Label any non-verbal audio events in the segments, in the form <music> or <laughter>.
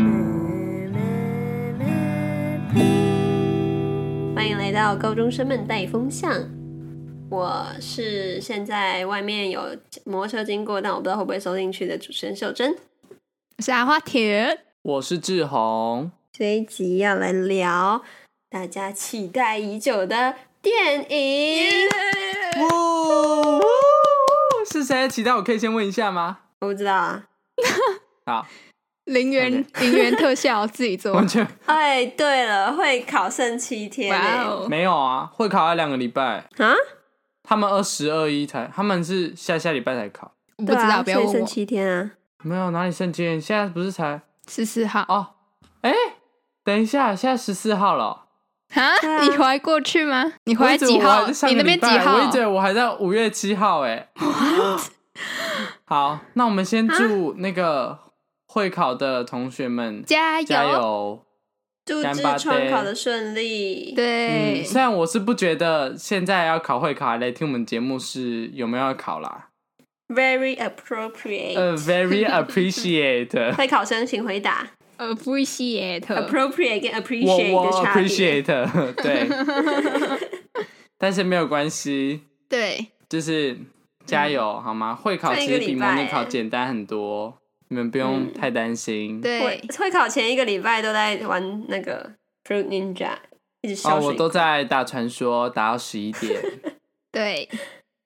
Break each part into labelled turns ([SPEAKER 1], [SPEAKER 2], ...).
[SPEAKER 1] 嗯嗯欢迎来到高中生们带风向。我是现在外面有摩托车经过，但我不知道会不会收进去的主持人秀珍。
[SPEAKER 2] 我是阿啊花田，
[SPEAKER 3] 我是志宏，
[SPEAKER 1] 这一集要来聊大家期待已久的电影。
[SPEAKER 3] 哇，是谁的期待？我可以先问一下吗？
[SPEAKER 1] 我不知道啊，
[SPEAKER 3] 好，
[SPEAKER 2] 零元零元特效自己
[SPEAKER 3] <laughs>
[SPEAKER 2] 做
[SPEAKER 3] 完，全
[SPEAKER 1] 哎，对了，会考剩七天、
[SPEAKER 2] 哇
[SPEAKER 1] 欸。
[SPEAKER 2] 哦！
[SPEAKER 3] 没有啊，会考要两个礼拜，
[SPEAKER 1] 啊，
[SPEAKER 3] 他们二十二一才，他们是下下礼拜才考，
[SPEAKER 2] 我不
[SPEAKER 1] 对
[SPEAKER 2] 知道，
[SPEAKER 1] 啊，
[SPEAKER 2] 不要
[SPEAKER 1] 所以
[SPEAKER 2] 问
[SPEAKER 1] 剩
[SPEAKER 2] 我。
[SPEAKER 1] 七天啊。
[SPEAKER 3] 没有哪里升迁，现在不是才
[SPEAKER 2] 十四号
[SPEAKER 3] 哦，哎、等一下，现在十四号了哦，
[SPEAKER 1] 对啊
[SPEAKER 2] 啊，你怀过去吗？你
[SPEAKER 3] 我
[SPEAKER 2] 怀
[SPEAKER 3] 一直以
[SPEAKER 2] 几
[SPEAKER 3] 为我
[SPEAKER 2] 号？
[SPEAKER 3] 还在上
[SPEAKER 2] 你那
[SPEAKER 3] 个
[SPEAKER 2] 边
[SPEAKER 3] 礼
[SPEAKER 2] 几
[SPEAKER 3] 拜我一
[SPEAKER 2] 号
[SPEAKER 3] 直以？为我还在五月七号、哎， <laughs> 好，那我们先
[SPEAKER 2] 啊
[SPEAKER 3] 祝那个会考的同学们
[SPEAKER 2] 加
[SPEAKER 3] 加
[SPEAKER 2] 油！
[SPEAKER 3] 油。
[SPEAKER 1] 祝
[SPEAKER 3] 干
[SPEAKER 1] 志
[SPEAKER 3] 巴
[SPEAKER 1] 川
[SPEAKER 3] 爹
[SPEAKER 1] 考的顺利。
[SPEAKER 2] 对
[SPEAKER 1] 哎
[SPEAKER 3] 嗯，，虽然我是不觉得现在要考会考还来听我们节目是有没有要考啦，
[SPEAKER 1] ，very appropriate。
[SPEAKER 3] 呃、v
[SPEAKER 1] <laughs>
[SPEAKER 3] e r y appreciate，
[SPEAKER 1] 会考生请回
[SPEAKER 3] <laughs>
[SPEAKER 1] 答
[SPEAKER 2] 呃，不吸耶特，
[SPEAKER 1] appropriate 跟
[SPEAKER 3] 嗯我
[SPEAKER 1] appreciate
[SPEAKER 3] 我
[SPEAKER 1] 的差别。
[SPEAKER 3] appreciate，对，
[SPEAKER 1] <laughs>
[SPEAKER 3] 但是没有关系，
[SPEAKER 2] 对，
[SPEAKER 3] 就是加油、好吗？会考
[SPEAKER 1] 嗯剩一
[SPEAKER 3] 其
[SPEAKER 1] 个
[SPEAKER 3] 实比
[SPEAKER 1] 礼
[SPEAKER 3] 模
[SPEAKER 1] 拜嗯
[SPEAKER 3] 拟考
[SPEAKER 1] 欸
[SPEAKER 3] 简单很多，你们不用太担心。
[SPEAKER 2] 对，
[SPEAKER 1] 我会考前一个礼拜都在玩那个 Fruit Ninja，一直
[SPEAKER 3] 哦，
[SPEAKER 1] 削
[SPEAKER 3] 我
[SPEAKER 1] 水
[SPEAKER 3] 都
[SPEAKER 1] 果。
[SPEAKER 3] 在打传说，打到十一
[SPEAKER 1] <laughs>
[SPEAKER 3] 点。
[SPEAKER 2] 对，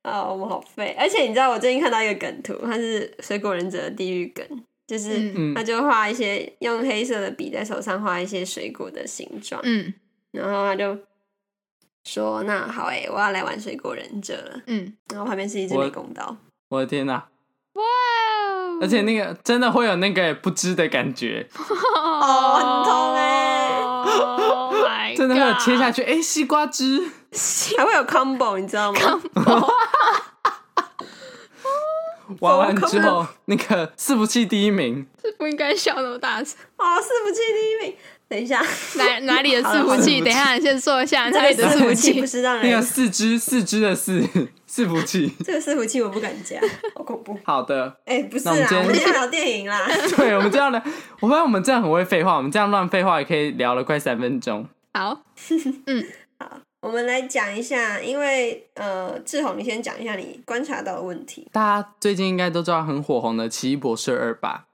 [SPEAKER 1] 哦，我好废。而且你知道，我最近看到一个梗图，它是《水果忍者》的地狱梗，就是
[SPEAKER 2] 嗯
[SPEAKER 3] 嗯
[SPEAKER 1] 他，就画一些用黑色的笔在手上画一些水果的形状，
[SPEAKER 2] 嗯
[SPEAKER 1] 然后他就说：“那好诶，我要来玩水果忍者了。
[SPEAKER 2] 嗯，”
[SPEAKER 1] 然后旁边是一只
[SPEAKER 3] 我
[SPEAKER 1] 美工刀，
[SPEAKER 3] 我的天哪、
[SPEAKER 2] 哇哦
[SPEAKER 3] 而且那个真的会有那个不知的感觉，
[SPEAKER 1] Oh
[SPEAKER 2] 哦
[SPEAKER 1] 很痛欸
[SPEAKER 2] Oh my
[SPEAKER 3] <laughs> 真的会有切下
[SPEAKER 2] 去，
[SPEAKER 3] 去，哎、西瓜汁。
[SPEAKER 1] 还会有 combo，你知
[SPEAKER 2] <laughs>
[SPEAKER 1] 道吗？
[SPEAKER 3] 玩完之后，那个伺服器第一名，
[SPEAKER 2] 这不应该笑那么大声。
[SPEAKER 1] 哦，四不器第一名。等一下，
[SPEAKER 3] <laughs>
[SPEAKER 2] 哪哪里的伺
[SPEAKER 1] 好
[SPEAKER 2] 服
[SPEAKER 1] 了
[SPEAKER 2] 器？
[SPEAKER 3] 好了
[SPEAKER 2] 等一下，你先说一 <laughs> 下哪里的伺
[SPEAKER 1] 伺
[SPEAKER 2] 服
[SPEAKER 1] 服器
[SPEAKER 2] 器
[SPEAKER 1] 不。是让
[SPEAKER 3] 那个
[SPEAKER 1] 人，
[SPEAKER 3] 四只四只的四 <laughs> 伺服器。
[SPEAKER 1] <laughs> 这个伺服器我不敢加，好恐怖。
[SPEAKER 3] <laughs> 好的，
[SPEAKER 1] 哎、不是
[SPEAKER 3] 那我们
[SPEAKER 1] 啦，
[SPEAKER 3] 今
[SPEAKER 1] 我
[SPEAKER 3] 天 <laughs>
[SPEAKER 1] 们先聊电影啦。
[SPEAKER 3] 对我们这样的，我发现我们这样很会废话，我们这样乱废话也可以聊了快三分钟。
[SPEAKER 2] 好，
[SPEAKER 1] 我们来讲一下，因为呃，志宏，你先讲一下你观察到的问题。
[SPEAKER 3] 大家最近应该都知道很火红的《奇异博士二》吧？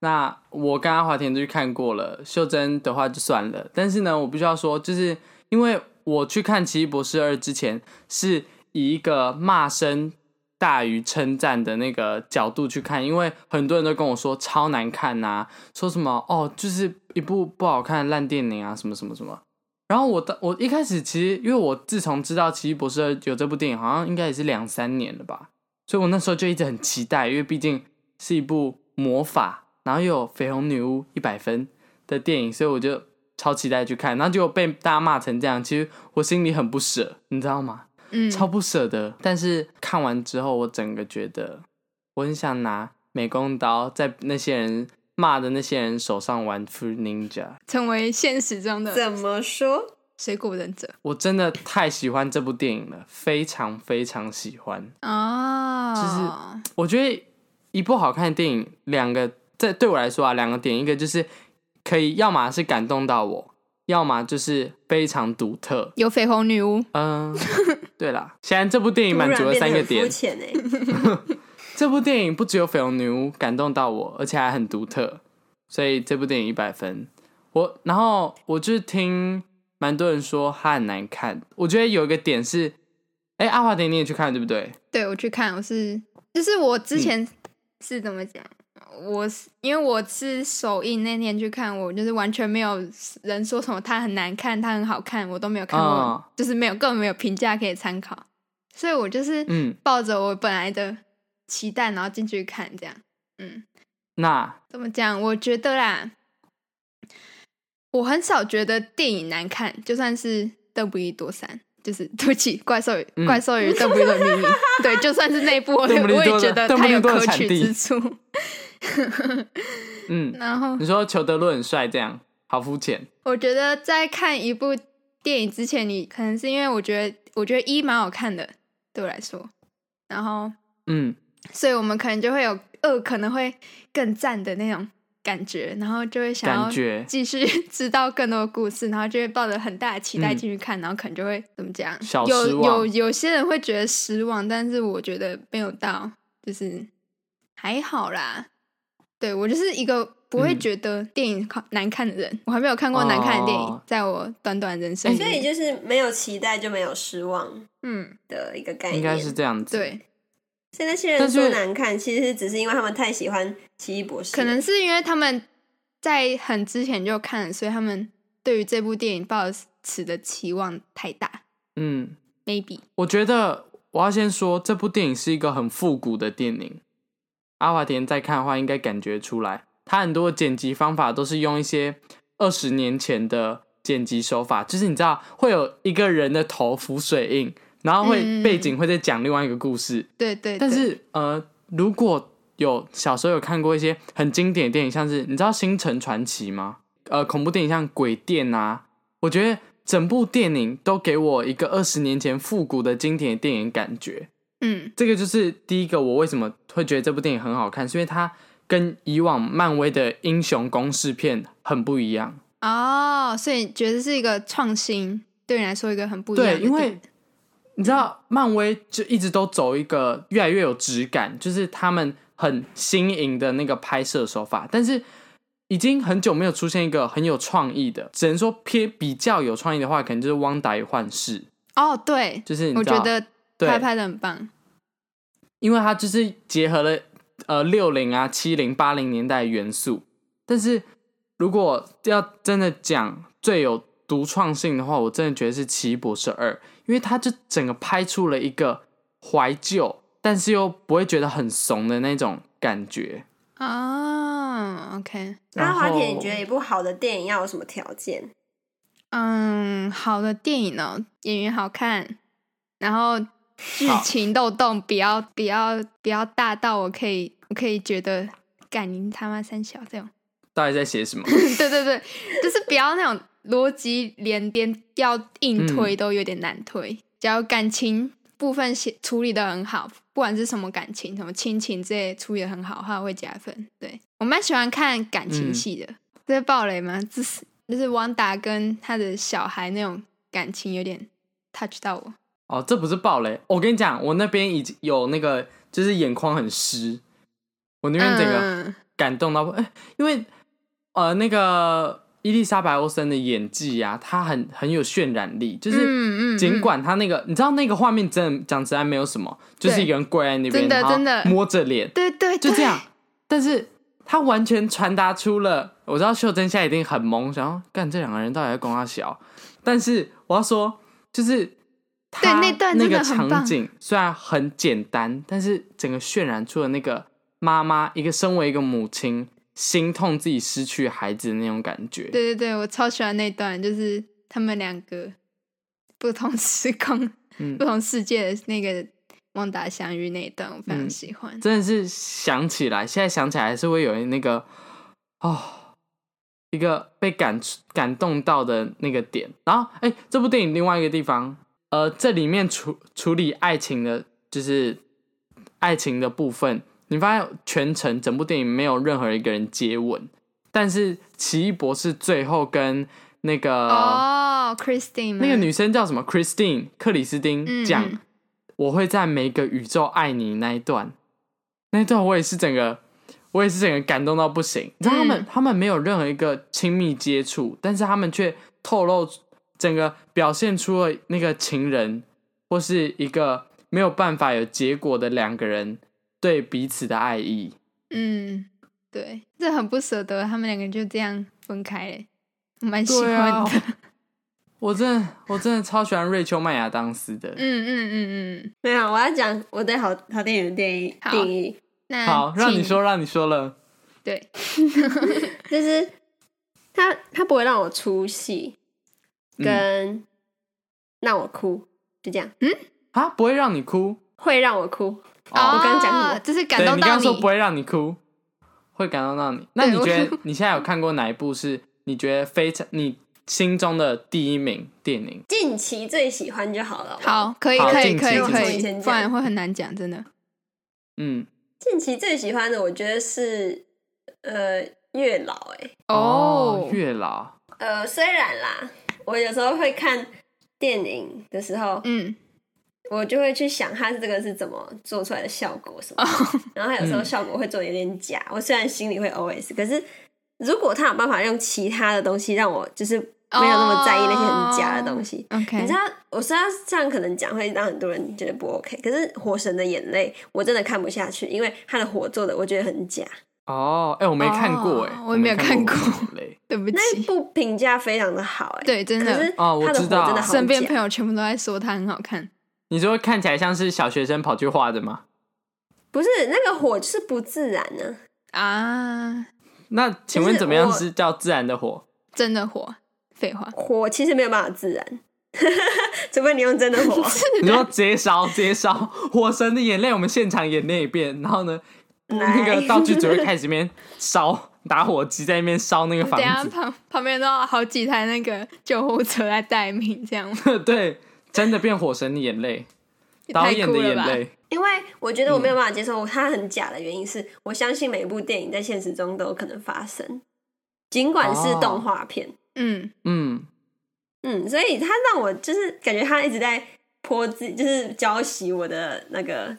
[SPEAKER 3] 那我跟阿华田就去看过了，秀珍的话就算了。但是呢，我必须要说，就是因为我去看《奇异博士二》之前，是以一个骂声大于称赞的那个角度去看，因为很多人都跟我说超难看呐、说什么哦，就是一部不好看的烂电影啊，什么什么什么。然后我的我一开始其实，因为我自从知道《奇异博士二》有这部电影，好像应该也是两三年了吧。所以我那时候就一直很期待，因为毕竟是一部魔法，然后又有绯红女巫一百分的电影，所以我就超期待去看。然后结果被大家骂成这样，其实我心里很不舍，你知道吗？
[SPEAKER 2] 嗯，
[SPEAKER 3] 超不舍的。但是看完之后，我整个觉得我很想拿美工刀在那些人骂的那些人手上玩 Fruit Ninja。
[SPEAKER 2] 成为现实中的
[SPEAKER 1] 怎么说？
[SPEAKER 2] 水果忍者
[SPEAKER 3] 我真的太喜欢这部电影了，非常非常喜欢。
[SPEAKER 2] 哦，
[SPEAKER 3] 我觉得一部好看的电影，两个在对我来说啊，两个点，一个就是可以，要么是感动到我，要么就是非常独特。
[SPEAKER 2] 有绯红女巫，
[SPEAKER 3] 嗯， <laughs> 对啦，显然这部电影
[SPEAKER 1] 突然
[SPEAKER 3] 满足了
[SPEAKER 1] 变得
[SPEAKER 3] 三个
[SPEAKER 1] 很 <laughs> 肤
[SPEAKER 3] 点。
[SPEAKER 1] 浅哎，
[SPEAKER 3] 这部电影不只有绯红女巫感动到我，而且还很独特，所以这部电影一百分。我然后我就是听蛮多人说它很难看，我觉得有一个点是，哎，阿华田你也去看对不对？
[SPEAKER 2] 对我去看，我是就是我之前是怎么讲？我是因为我是首映那天去看，我就是完全没有人说什么它很难看，它很好看，我都没有看过，
[SPEAKER 3] 哦
[SPEAKER 2] 就是没有根本没有评价可以参考，所以我就是
[SPEAKER 3] 嗯
[SPEAKER 2] 抱着我本来的期待，然后进去看这样，嗯。
[SPEAKER 3] 那
[SPEAKER 2] 怎么讲？我觉得啦，我很少觉得电影难看，就算是《邓布利多三》，就是 <laughs> 对不起，怪兽与、
[SPEAKER 3] 嗯
[SPEAKER 2] 怪兽与邓布利多的秘
[SPEAKER 3] <laughs>
[SPEAKER 2] 密，对，就算是那一部，我也
[SPEAKER 3] 邓布利
[SPEAKER 2] 我
[SPEAKER 3] 多的
[SPEAKER 2] 也觉得
[SPEAKER 3] 邓布
[SPEAKER 2] 它
[SPEAKER 3] 利
[SPEAKER 2] 有
[SPEAKER 3] 多的
[SPEAKER 2] 可
[SPEAKER 3] 产
[SPEAKER 2] 取
[SPEAKER 3] 地
[SPEAKER 2] 之处。
[SPEAKER 3] 嗯，
[SPEAKER 2] 然后
[SPEAKER 3] 你说裘德洛很帅，这样好肤浅。
[SPEAKER 2] 我觉得在看一部电影之前，你可能是因为我觉得，我觉得一蛮好看的，对我来说，然后
[SPEAKER 3] 嗯，
[SPEAKER 2] 所以我们可能就会有二可能会更赞的那种感觉，然后就会想
[SPEAKER 3] 感
[SPEAKER 2] 要
[SPEAKER 3] 觉
[SPEAKER 2] <laughs> 继续知道更多的故事，然后就会抱着很大的期待进去看，然后可能就会怎么讲
[SPEAKER 3] 小，
[SPEAKER 2] 有
[SPEAKER 3] 失望
[SPEAKER 2] 有有些人会觉得失望，但是我觉得没有到，就是还好啦。对我就是一个不会
[SPEAKER 3] 嗯
[SPEAKER 2] 觉得电影好难看的人，我还没有看过难看的电影，
[SPEAKER 3] 哦
[SPEAKER 2] 在我短短人生里
[SPEAKER 1] 哎所
[SPEAKER 2] 面，
[SPEAKER 1] 以就是没有期待就没有失望
[SPEAKER 2] 嗯，
[SPEAKER 1] 的一个概念。
[SPEAKER 3] 应该是这样子。，
[SPEAKER 2] 对，
[SPEAKER 1] 所以那些人
[SPEAKER 3] 但是
[SPEAKER 1] 说难看，其实只是因为他们太喜欢《奇异博士》，
[SPEAKER 2] 可能是因为他们在很之前就看了，所以他们对于这部电影抱持的期望太大
[SPEAKER 3] 嗯，
[SPEAKER 2] ，maybe。
[SPEAKER 3] 我觉得我要先说，这部电影是一个很复古的电影。阿华田在看的话，应该感觉出来，他很多的剪辑方法都是用一些二十年前的剪辑手法，就是你知道会有一个人的头浮水印，然后会
[SPEAKER 2] 嗯
[SPEAKER 3] 背景会在讲另外一个故事，
[SPEAKER 2] 对对对，
[SPEAKER 3] 但是呃，如果有小时候有看过一些很经典的电影，像是你知道《星辰传奇》吗？呃，恐怖电影像《鬼店》啊，我觉得整部电影都给我一个二十年前复古的经典的电影感觉。
[SPEAKER 2] 嗯
[SPEAKER 3] 这个就是第一个，我为什么会觉得这部电影很好看，是因为它跟以往漫威的英雄公式片很不一样。
[SPEAKER 2] 哦，所以觉得是一个创新，对你来说一个很不一样的
[SPEAKER 3] 对，
[SPEAKER 2] 点。
[SPEAKER 3] 因为你知道，漫威就一直都走一个越来越有质感，就是他们很新颖的那个拍摄手法，但是已经很久没有出现一个很有创意的，只能说偏比较有创意的话，可能就是《汪达与幻视》，
[SPEAKER 2] 哦，对，
[SPEAKER 3] 就是你
[SPEAKER 2] 我
[SPEAKER 3] 知道
[SPEAKER 2] 觉得
[SPEAKER 3] 对
[SPEAKER 2] 他拍的很棒。
[SPEAKER 3] 因为它就是结合了呃六零啊、七零、八零年代的元素。但是如果要真的讲最有独创性的话，我真的觉得是《奇异博士二》，因为它就整个拍出了一个怀旧，但是又不会觉得很怂的那种感觉。
[SPEAKER 2] 哦，OK，
[SPEAKER 1] 阿啊华
[SPEAKER 3] 然后
[SPEAKER 1] 田，你觉得一部好的电影要有什么条件？
[SPEAKER 2] 嗯，好的电影哦，演员好看，然后剧
[SPEAKER 3] 好
[SPEAKER 2] 情漏洞比较比较比较大到我可以我可以觉得干你他妈三小这种。
[SPEAKER 3] 到底在写什么？
[SPEAKER 2] <laughs> 对对对，就是不要那种逻辑连连要硬推都有点难推，只要感情部分写处理的很好，不管是什么感情，什么亲情这些处理的很好的话，会加分。对我蛮喜欢看感情戏的，这是暴雷吗？这是就是汪达跟他的小孩那种感情有点 touch 到我。
[SPEAKER 3] 哦，这不是暴雷。我跟你讲，我那边已经有那个，就是眼眶很湿，我那边整个
[SPEAKER 2] 嗯
[SPEAKER 3] 感动到，哎、 <laughs> 因为呃，那个伊丽莎白·欧森的演技啊，她很很有渲染力，就是
[SPEAKER 2] 嗯嗯，
[SPEAKER 3] 尽管她那个，你知道那个画面真的讲实在没有什么，就是一个人跪在那边，
[SPEAKER 2] 真的
[SPEAKER 3] 然后
[SPEAKER 2] 真的
[SPEAKER 3] 摸着脸，
[SPEAKER 2] 对对
[SPEAKER 3] 就
[SPEAKER 2] 对
[SPEAKER 3] 这样，但是她完全传达出了，我知道秀珍现在一定很懵，想要干这两个人到底在攻她小，但是我要说，就是。
[SPEAKER 2] 对
[SPEAKER 3] 她
[SPEAKER 2] 那段
[SPEAKER 3] 那
[SPEAKER 2] 真的
[SPEAKER 3] 个
[SPEAKER 2] 很
[SPEAKER 3] 场
[SPEAKER 2] 棒
[SPEAKER 3] 景虽然很简单，但是整个渲染出了那个妈妈一个身为一个母亲心痛自己失去孩子的那种感觉。
[SPEAKER 2] 对对对，我超喜欢那段，就是他们两个不同时空、
[SPEAKER 3] 嗯
[SPEAKER 2] 不同世界的那个旺达相遇那一段，我非常喜欢。
[SPEAKER 3] 嗯真的哦是想起来，现在想起来还是会有那个哦，一个被感感动到的那个点。然后，哎，这部电影另外一个地方，呃，这里面处处理爱情的，就是爱情的部分，你发现全程整部电影没有任何一个人接吻，但是奇异博士最后跟那个
[SPEAKER 2] 哦，Christine，吗
[SPEAKER 3] 那个女生叫什么？Christine 克里斯汀
[SPEAKER 2] 嗯
[SPEAKER 3] 讲，
[SPEAKER 2] 嗯
[SPEAKER 3] 我会在每个宇宙爱你那一段，那一段我也是整个，我也是整个感动到不行。你知道他们、
[SPEAKER 2] 嗯
[SPEAKER 3] 他们没有任何一个亲密接触，但是他们却透露整个表现出了那个情人或是一个没有办法有结果的两个人对彼此的爱意。
[SPEAKER 2] 嗯，对，这很不舍得，他们两个就这样分开了，我蛮喜
[SPEAKER 3] 对
[SPEAKER 2] 欢
[SPEAKER 3] 啊
[SPEAKER 2] 的。
[SPEAKER 3] <laughs> 我真的我真的超喜欢瑞秋麦亚当斯的。
[SPEAKER 2] 嗯嗯嗯嗯，
[SPEAKER 1] 没有，我要讲我对好好电影的定义
[SPEAKER 2] 好
[SPEAKER 1] 定义，
[SPEAKER 2] 那
[SPEAKER 3] 好，让你
[SPEAKER 2] 请
[SPEAKER 3] 说，让你说了。
[SPEAKER 2] 对，
[SPEAKER 1] 就是它它不会让我出戏，
[SPEAKER 3] 嗯
[SPEAKER 1] 跟让我哭，就这样，
[SPEAKER 3] 啊，不会让你哭。
[SPEAKER 1] 会让我哭。
[SPEAKER 2] 哦
[SPEAKER 1] 我刚刚讲什么
[SPEAKER 2] 就是感
[SPEAKER 3] 对
[SPEAKER 2] 动
[SPEAKER 3] 你刚
[SPEAKER 2] 到
[SPEAKER 3] 刚说不会让你哭，会感动到你。那你
[SPEAKER 2] 我 <laughs>
[SPEAKER 3] 觉得你现在有看过哪一部是你觉得非常你心中的第一名电影？
[SPEAKER 1] 近期最喜欢就好了。，
[SPEAKER 2] 好，可以
[SPEAKER 3] 好
[SPEAKER 2] 可以
[SPEAKER 3] 敬
[SPEAKER 2] 可以
[SPEAKER 3] 请
[SPEAKER 2] 可
[SPEAKER 1] 敬
[SPEAKER 2] 以，
[SPEAKER 1] 请
[SPEAKER 2] 不然会很难讲，真的。
[SPEAKER 3] 嗯，
[SPEAKER 1] 近期最喜欢的我觉得是呃月老哎、
[SPEAKER 2] 哦，
[SPEAKER 3] 月老，
[SPEAKER 1] 呃，虽然啦，我有时候会看电影的时候，
[SPEAKER 2] 嗯，
[SPEAKER 1] 我就会去想它这个是怎么做出来的效果什么的，
[SPEAKER 2] 哦
[SPEAKER 1] 然后它有
[SPEAKER 2] 嗯
[SPEAKER 1] 时候效果会做的有点假。我虽然心里会 OS，可是如果他有办法用其他的东西让我就是没有那么在意那些很假的东西。
[SPEAKER 2] 哦 OK，
[SPEAKER 1] 你知道，我虽然这样可能讲会让很多人觉得不 OK，可是《火神的眼泪》我真的看不下去，因为他的火做的我觉得很假。
[SPEAKER 3] 哦，哎、我没看过、哎、
[SPEAKER 2] 哦
[SPEAKER 3] 我
[SPEAKER 2] 我也没有
[SPEAKER 3] 看
[SPEAKER 2] 看过
[SPEAKER 3] 嘞。
[SPEAKER 2] 对不
[SPEAKER 1] 那一
[SPEAKER 2] 起，
[SPEAKER 1] 部评价非常的好、哎，
[SPEAKER 2] 对，真
[SPEAKER 1] 可是
[SPEAKER 2] 的，
[SPEAKER 3] 哦我
[SPEAKER 1] 他的
[SPEAKER 3] 知
[SPEAKER 1] 火
[SPEAKER 3] 道
[SPEAKER 1] 真的好
[SPEAKER 2] 身边
[SPEAKER 1] 假
[SPEAKER 2] 朋友全部都在说它很好看。
[SPEAKER 3] 你说看起来像是小学生跑去画的吗？
[SPEAKER 1] 不是那个火就是不自然呢、
[SPEAKER 2] 啊，
[SPEAKER 3] 那请问怎么样
[SPEAKER 1] 我
[SPEAKER 3] 是叫自然的火？
[SPEAKER 2] <laughs> 真的火，废话，
[SPEAKER 1] 火其实没有办法自燃， <laughs> 除非你用真的火。
[SPEAKER 3] 你说直接烧，直接烧，火神的眼泪，我们现场演那一遍，然后呢，
[SPEAKER 1] 来
[SPEAKER 3] <laughs> 那个道具组会开始那边烧打火机，在那边烧那个
[SPEAKER 2] 等一下
[SPEAKER 3] 房子，
[SPEAKER 2] 旁旁边都有好几台那个救护车在待命，这样吗
[SPEAKER 3] 对，真的变火神的眼泪，
[SPEAKER 2] 也
[SPEAKER 3] <laughs> 导
[SPEAKER 2] 太
[SPEAKER 3] 演
[SPEAKER 2] 酷
[SPEAKER 3] 的
[SPEAKER 2] 了
[SPEAKER 3] 眼
[SPEAKER 2] 吧！
[SPEAKER 3] 泪，
[SPEAKER 1] <laughs> 因为我觉得我没有办法接
[SPEAKER 3] 嗯
[SPEAKER 1] 受它很假的原因是，我相信每一部电影在现实中都有可能发生，尽管是动画
[SPEAKER 3] 哦
[SPEAKER 1] 片。
[SPEAKER 2] 嗯，
[SPEAKER 3] 嗯，
[SPEAKER 1] 嗯，所以它让我就是感觉它一直在泼自，就是浇熄我的那
[SPEAKER 3] <laughs>
[SPEAKER 1] 个。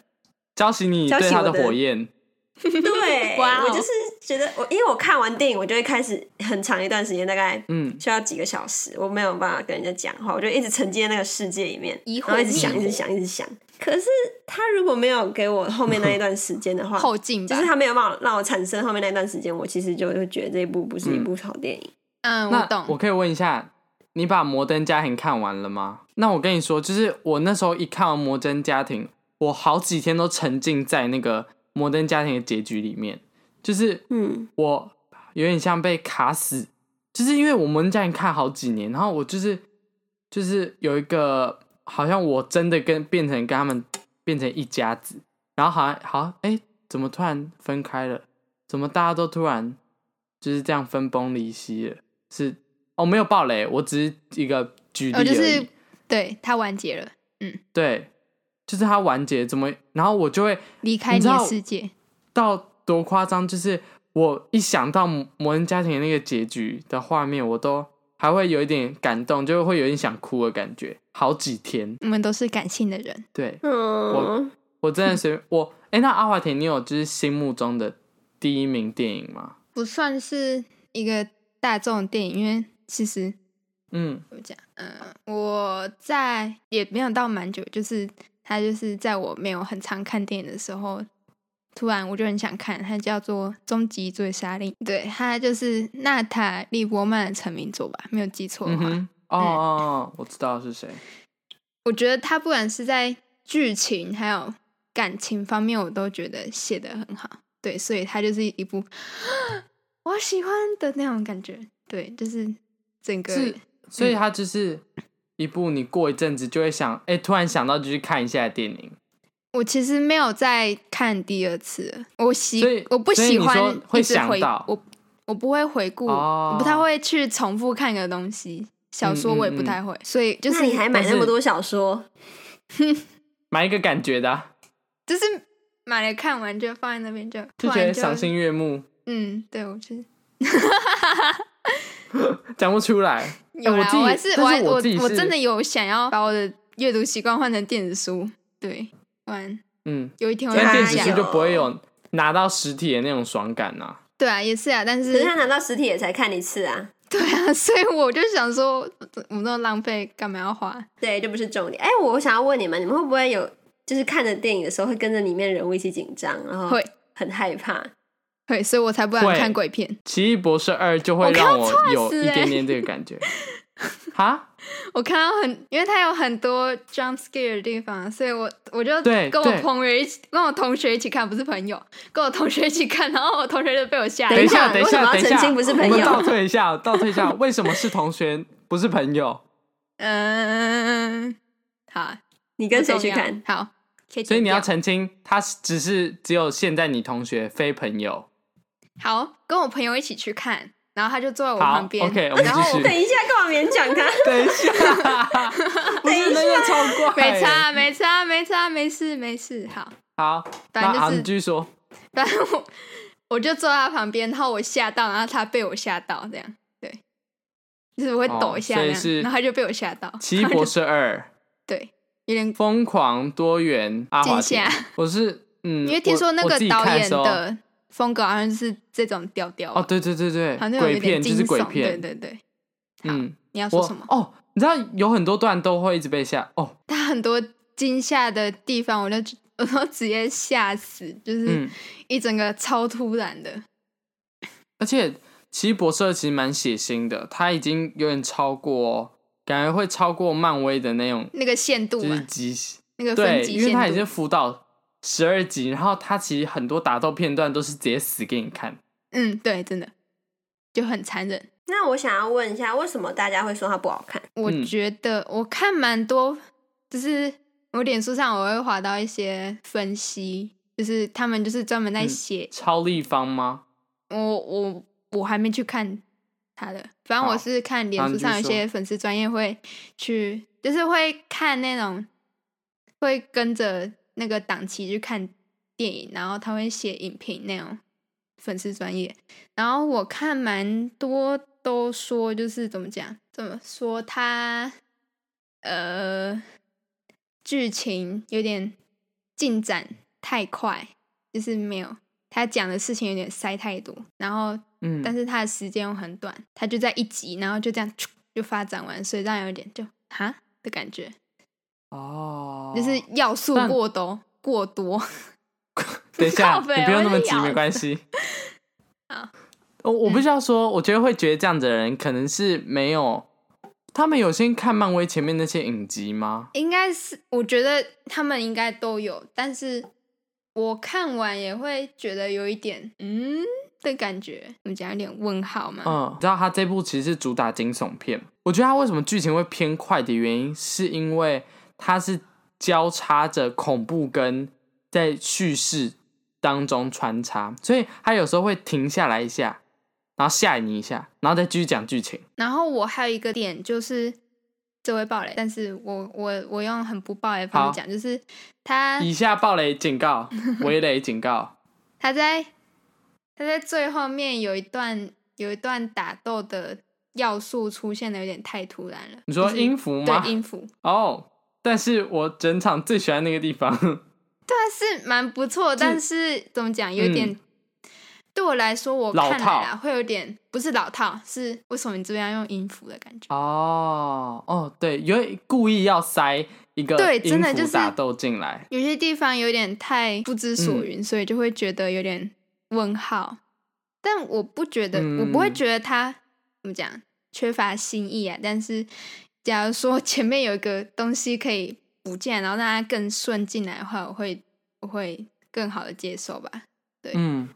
[SPEAKER 3] 浇熄你
[SPEAKER 1] 浇熄
[SPEAKER 3] 对他
[SPEAKER 1] 我
[SPEAKER 3] 的
[SPEAKER 1] 的
[SPEAKER 3] 火焰，
[SPEAKER 2] <laughs>
[SPEAKER 1] 对，
[SPEAKER 2] 哇哦
[SPEAKER 1] 我就是觉得我，因为我看完电影，我就会开始很长一段时间，大概
[SPEAKER 3] 嗯，
[SPEAKER 1] 需要几个小时，我没有办法跟人家讲话，我就一直沉浸在那个世界里面，
[SPEAKER 2] 疑惑
[SPEAKER 1] 然后一直想，
[SPEAKER 2] 迷惑
[SPEAKER 1] 一直想，一直想。可是他如果没有给我后面那一段时间的话，
[SPEAKER 2] 后劲
[SPEAKER 1] 就
[SPEAKER 2] 吧
[SPEAKER 1] 是。他没有办法让我产生后面那段时间，我其实就会觉得这一部不是一部好电影。
[SPEAKER 2] 嗯，我
[SPEAKER 3] 那
[SPEAKER 2] 懂。
[SPEAKER 3] 我可以问一下，你把《摩登家庭》看完了吗？那我跟你说，就是我那时候一看完《摩登家庭》，我好几天都沉浸在那个《摩登家庭》的结局里面，就是
[SPEAKER 1] 嗯，
[SPEAKER 3] 我有点像被卡死，就是因为我们家人看好几年，然后我就是就是有一个好像我真的跟变成跟他们变成一家子，然后好像好像哎、诶怎么突然分开了？怎么大家都突然就是这样分崩离析了？是哦，没有暴雷，我只是一个举例而
[SPEAKER 2] 我
[SPEAKER 3] 已。
[SPEAKER 2] 哦就是对他完结了，
[SPEAKER 3] 对，就是它完结怎么，然后我就会
[SPEAKER 2] 离开
[SPEAKER 3] 你
[SPEAKER 2] 你
[SPEAKER 3] 知
[SPEAKER 2] 的
[SPEAKER 3] 道
[SPEAKER 2] 世界。
[SPEAKER 3] 到多夸张，就是我一想到摩摩恩家庭的那个结局的画面，我都还会有一点感动，就会有点想哭的感觉，好几天。
[SPEAKER 2] 我们都是感性的人，
[SPEAKER 3] 对
[SPEAKER 1] 嗯，
[SPEAKER 3] 我真的随我 <laughs> 哎、那阿华田，你有就是心目中的第一名电影吗？
[SPEAKER 2] 不算是一个大众电影，因为其实
[SPEAKER 3] 嗯，
[SPEAKER 2] 怎么讲？嗯、我在也没有到蛮久，就是他就是在我没有很常看电影的时候，突然我就很想看，它叫做《终极追杀令》，对，它就是娜塔莉波曼的成名作吧，没有记错的
[SPEAKER 3] 嗯
[SPEAKER 2] 话。
[SPEAKER 3] 哼，哦哦哦，我知道是谁。
[SPEAKER 2] 我觉得他不管是在剧情还有感情方面，我都觉得写的很好。对，所以他就是一部 <gasps> 我喜欢的那种感觉。对，就是整个
[SPEAKER 3] 是所以它就是一部你过一阵子就会想，哎、突然想到就去看一下的电影。
[SPEAKER 2] 我其实没有再看第二次了，我
[SPEAKER 3] 所
[SPEAKER 2] 喜
[SPEAKER 3] 以
[SPEAKER 2] 我不喜
[SPEAKER 3] 所以你
[SPEAKER 2] 欢
[SPEAKER 3] 说会
[SPEAKER 2] 一直
[SPEAKER 3] 想
[SPEAKER 2] 回
[SPEAKER 3] 到
[SPEAKER 2] 我我不会回顾，
[SPEAKER 3] 哦
[SPEAKER 2] 我不太会去重复看个东西。小说我也
[SPEAKER 3] 嗯
[SPEAKER 2] 不太会，所以就
[SPEAKER 1] 那
[SPEAKER 2] 是
[SPEAKER 1] 你还买
[SPEAKER 3] 但是
[SPEAKER 1] 那么多小说？
[SPEAKER 3] 买一个感觉的啊、
[SPEAKER 2] 就是买了看完就放在那边就
[SPEAKER 3] 就
[SPEAKER 2] 突
[SPEAKER 3] 觉
[SPEAKER 2] 然
[SPEAKER 3] 得赏心哎悦目，
[SPEAKER 2] 嗯，对我就是
[SPEAKER 3] 讲不出来。哎
[SPEAKER 2] 有
[SPEAKER 3] 我
[SPEAKER 2] 啦，
[SPEAKER 3] 自己
[SPEAKER 2] 还是
[SPEAKER 3] 但是
[SPEAKER 2] 我还
[SPEAKER 3] 我
[SPEAKER 2] 我
[SPEAKER 3] 自己
[SPEAKER 2] 我
[SPEAKER 3] 是
[SPEAKER 2] 真的有想要把我的阅读习惯换成电子书，对，完
[SPEAKER 3] 嗯，
[SPEAKER 2] 有一天我
[SPEAKER 1] 加
[SPEAKER 3] 但
[SPEAKER 2] 会
[SPEAKER 3] 电
[SPEAKER 1] 油
[SPEAKER 3] 子
[SPEAKER 2] 想
[SPEAKER 3] 书就不会有拿到实体的那种爽感呐、
[SPEAKER 2] 对啊，也是啊，但
[SPEAKER 1] 可
[SPEAKER 2] 是
[SPEAKER 1] 是他拿到实体也才看一次啊，
[SPEAKER 2] 对啊， <laughs> 所以我就想说，我们那么浪费，干嘛要花？
[SPEAKER 1] 对，这不是重点。哎、我想要问你们，你们会不会有就是看着电影的时候会跟着里面人物一起紧张，然后
[SPEAKER 2] 会
[SPEAKER 1] 很害怕？
[SPEAKER 2] 对，所以我才不
[SPEAKER 3] 会
[SPEAKER 2] 敢看鬼片。
[SPEAKER 3] 奇异博士二》就会
[SPEAKER 2] 我
[SPEAKER 3] 让
[SPEAKER 2] 看
[SPEAKER 3] 我有
[SPEAKER 2] 死
[SPEAKER 3] 一点
[SPEAKER 2] 欸
[SPEAKER 3] 点这个感觉。哈，
[SPEAKER 2] 我看到很，因为它有很多 jump scare 的地方，所以我我就
[SPEAKER 3] 对
[SPEAKER 2] 跟我
[SPEAKER 3] 对
[SPEAKER 2] 朋友一起，跟我同学一起看，不是朋友，跟我同学一起看，然后我同学就被我吓
[SPEAKER 1] 等
[SPEAKER 3] 等
[SPEAKER 1] 一
[SPEAKER 2] 一
[SPEAKER 3] 一
[SPEAKER 1] 下
[SPEAKER 3] 下，等一
[SPEAKER 1] 为什么
[SPEAKER 3] 下，
[SPEAKER 1] 要
[SPEAKER 3] 等一下，
[SPEAKER 1] 澄清不是朋
[SPEAKER 3] 我们
[SPEAKER 1] 友
[SPEAKER 3] 倒退一下，倒退一下，为什么是同学不是朋友？
[SPEAKER 2] 嗯，好，
[SPEAKER 1] 你跟谁
[SPEAKER 2] 不
[SPEAKER 1] 去
[SPEAKER 2] 重要
[SPEAKER 1] 看？？
[SPEAKER 2] 好，可以
[SPEAKER 3] 所以
[SPEAKER 2] 剪
[SPEAKER 3] 你要
[SPEAKER 2] 掉
[SPEAKER 3] 澄清，他只是只有现在你同学非
[SPEAKER 2] <laughs>
[SPEAKER 3] 朋友。
[SPEAKER 2] 好，跟我朋友一起去看，然后他就坐在我
[SPEAKER 3] 好
[SPEAKER 2] 旁边。
[SPEAKER 3] ，OK，我们
[SPEAKER 2] 然
[SPEAKER 3] 继
[SPEAKER 2] 后
[SPEAKER 1] <laughs>
[SPEAKER 3] 续
[SPEAKER 1] 等。一下，干嘛勉强他？
[SPEAKER 3] 等一下，我觉得那个超怪。
[SPEAKER 2] 没差，没差，没差，没事，没事。好，
[SPEAKER 3] 好，
[SPEAKER 2] 反
[SPEAKER 3] 那
[SPEAKER 2] 正就是
[SPEAKER 3] 好，你继续说。
[SPEAKER 2] 反正我我我就坐在他旁边，然后我吓到，然后他被我吓到，这样对，就是我会抖一下
[SPEAKER 3] 哦
[SPEAKER 2] 这
[SPEAKER 3] 所以
[SPEAKER 2] 样，
[SPEAKER 3] 是
[SPEAKER 2] 然后他就被我吓到，
[SPEAKER 3] 奇异博士二，
[SPEAKER 2] 对，有点
[SPEAKER 3] 疯狂多元阿华
[SPEAKER 2] 惊
[SPEAKER 3] 田
[SPEAKER 2] 吓，，
[SPEAKER 3] 我是嗯，
[SPEAKER 2] 因为听
[SPEAKER 3] 我
[SPEAKER 2] 说那
[SPEAKER 3] 我
[SPEAKER 2] 个
[SPEAKER 3] 自己
[SPEAKER 2] 导
[SPEAKER 3] 看
[SPEAKER 2] 演
[SPEAKER 3] 时候
[SPEAKER 2] 的风格好像是这种调调吧
[SPEAKER 3] 哦，对对对对，
[SPEAKER 2] 好像有
[SPEAKER 3] 鬼
[SPEAKER 2] 一点
[SPEAKER 3] 片就
[SPEAKER 2] 惊
[SPEAKER 3] 是
[SPEAKER 2] 悚，
[SPEAKER 3] 鬼片，
[SPEAKER 2] 对对对，
[SPEAKER 3] 嗯，
[SPEAKER 2] 你要
[SPEAKER 3] 我
[SPEAKER 2] 说什么？
[SPEAKER 3] 哦，你知道有很多段都会一直被吓哦，
[SPEAKER 2] 他很多惊吓的地方，我就我都直接吓死，就是
[SPEAKER 3] 嗯，
[SPEAKER 2] 一整个超突然的，
[SPEAKER 3] 而且奇异博士二其实蛮血腥的，它已经有点超过，感觉会超过漫威的那种，
[SPEAKER 2] 那个限度
[SPEAKER 3] 就是
[SPEAKER 2] 嘛，
[SPEAKER 3] 极
[SPEAKER 2] 那个分
[SPEAKER 3] 对，
[SPEAKER 2] 级
[SPEAKER 3] 因为它已
[SPEAKER 2] 限
[SPEAKER 3] 经
[SPEAKER 2] 度，
[SPEAKER 3] 辅导十二集，然后它其实很多打斗片段都是直接死给你看。
[SPEAKER 2] 嗯，对，真的就很残忍。
[SPEAKER 1] <laughs> 那我想要问一下，为什么大家会说它不好看？
[SPEAKER 2] 我
[SPEAKER 3] 嗯
[SPEAKER 2] 觉得我看蛮多，就是我脸书上我会划到一些分析，就是他们就是专门在
[SPEAKER 3] 嗯
[SPEAKER 2] 写、
[SPEAKER 3] 超立方吗？
[SPEAKER 2] 我我我还没去看他的，反正
[SPEAKER 3] 好
[SPEAKER 2] 我是看脸
[SPEAKER 3] 那
[SPEAKER 2] 书
[SPEAKER 3] 你继
[SPEAKER 2] 上有
[SPEAKER 3] 续
[SPEAKER 2] 些粉丝专业会去，就是会看那种会跟着那个档期去看电影，然后他会写影评那种粉丝专业，然后我看蛮多都说就是怎么讲，怎么说他呃剧情有点进展太快，就是没有他讲的事情有点塞太多，然后
[SPEAKER 3] 嗯，
[SPEAKER 2] 但是他的时间又很短，他就在一集，然后就这样就发展完，所以让人有点就哈的感觉，
[SPEAKER 3] 哦，
[SPEAKER 2] 就是要素
[SPEAKER 3] 但
[SPEAKER 2] 过多过多。 <laughs>
[SPEAKER 3] 等一下，
[SPEAKER 2] 靠北
[SPEAKER 3] 你不用那么急
[SPEAKER 2] 我，在咬。
[SPEAKER 3] 没关系
[SPEAKER 2] <laughs> 好，嗯
[SPEAKER 3] 我我必须要说，我觉得会觉得这样子的人，可能是没有他们有先看漫威前面那些影集吗？
[SPEAKER 2] 应该是，我觉得他们应该都有，但是我看完也会觉得有一点嗯的感觉，怎么讲？有点问号嘛。
[SPEAKER 3] 嗯，你知道他这部其实是主打惊悚片，我觉得他为什么剧情会偏快的原因，是因为它是交叉着恐怖跟在叙事当中穿插，所以他有时候会停下来一下，然后吓你一下，然后再继续讲剧情。
[SPEAKER 2] 然后我还有一个点就是，这会爆雷，但是我我我用很不爆雷的方
[SPEAKER 3] 好
[SPEAKER 2] 式讲，就是他
[SPEAKER 3] 以下暴雷
[SPEAKER 2] <laughs>
[SPEAKER 3] 警告，围雷警告。
[SPEAKER 2] 他在他在最后面有一段有一段打斗的要素出现的有点太突然了。
[SPEAKER 3] 你说
[SPEAKER 2] 就是
[SPEAKER 3] 音符吗
[SPEAKER 2] 对，？音符，
[SPEAKER 3] 哦，但是我整场最喜欢那个地方，
[SPEAKER 2] 但是蛮不错，但是怎么讲，有点、对我来说，我
[SPEAKER 3] 嗯老
[SPEAKER 2] 看来
[SPEAKER 3] 套
[SPEAKER 2] 啦会有点不是老套，是为什么你这边要用音符的感觉？
[SPEAKER 3] <laughs> 哦哦，对，有故意要塞一个
[SPEAKER 2] 对真
[SPEAKER 3] 音
[SPEAKER 2] 的就
[SPEAKER 3] 符
[SPEAKER 2] 是
[SPEAKER 3] 打斗进来，
[SPEAKER 2] 有些地方有点太不知所云，
[SPEAKER 3] 嗯
[SPEAKER 2] 所以就会觉得有点问号。但我不觉得，
[SPEAKER 3] 嗯
[SPEAKER 2] 我不会觉得他怎么讲缺乏新意啊。但是，假如说前面有一个东西可以补进来，然后让它更顺进来的话，我会我会更好的接受吧。对
[SPEAKER 3] 嗯，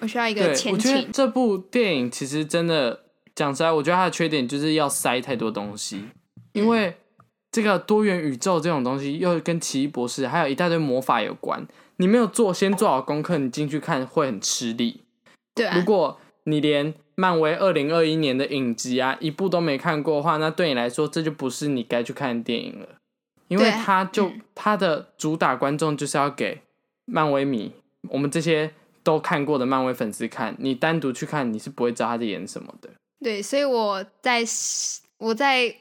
[SPEAKER 2] 我需要一
[SPEAKER 3] 对
[SPEAKER 2] 个，前
[SPEAKER 3] 我觉得
[SPEAKER 2] 情，
[SPEAKER 3] 这部电影其实真的讲实在，我觉得它的缺点就是要塞太多东西，因为这个多元宇宙这种东西又跟奇异博士还有一大堆魔法有关，你没有做先做好功课，你进去看会很吃力。
[SPEAKER 2] 对啊
[SPEAKER 3] 如，果你连漫威二零二一年的影集啊一部都没看过的话，那对你来说这就不是你该去看的电影了，因为
[SPEAKER 2] 对啊
[SPEAKER 3] 它就、
[SPEAKER 2] 嗯
[SPEAKER 3] 它的主打观众就是要给漫威迷，我们这些都看过的漫威粉丝看，你单独去看你是不会知道他在演什么的。
[SPEAKER 2] 对，所以我在我在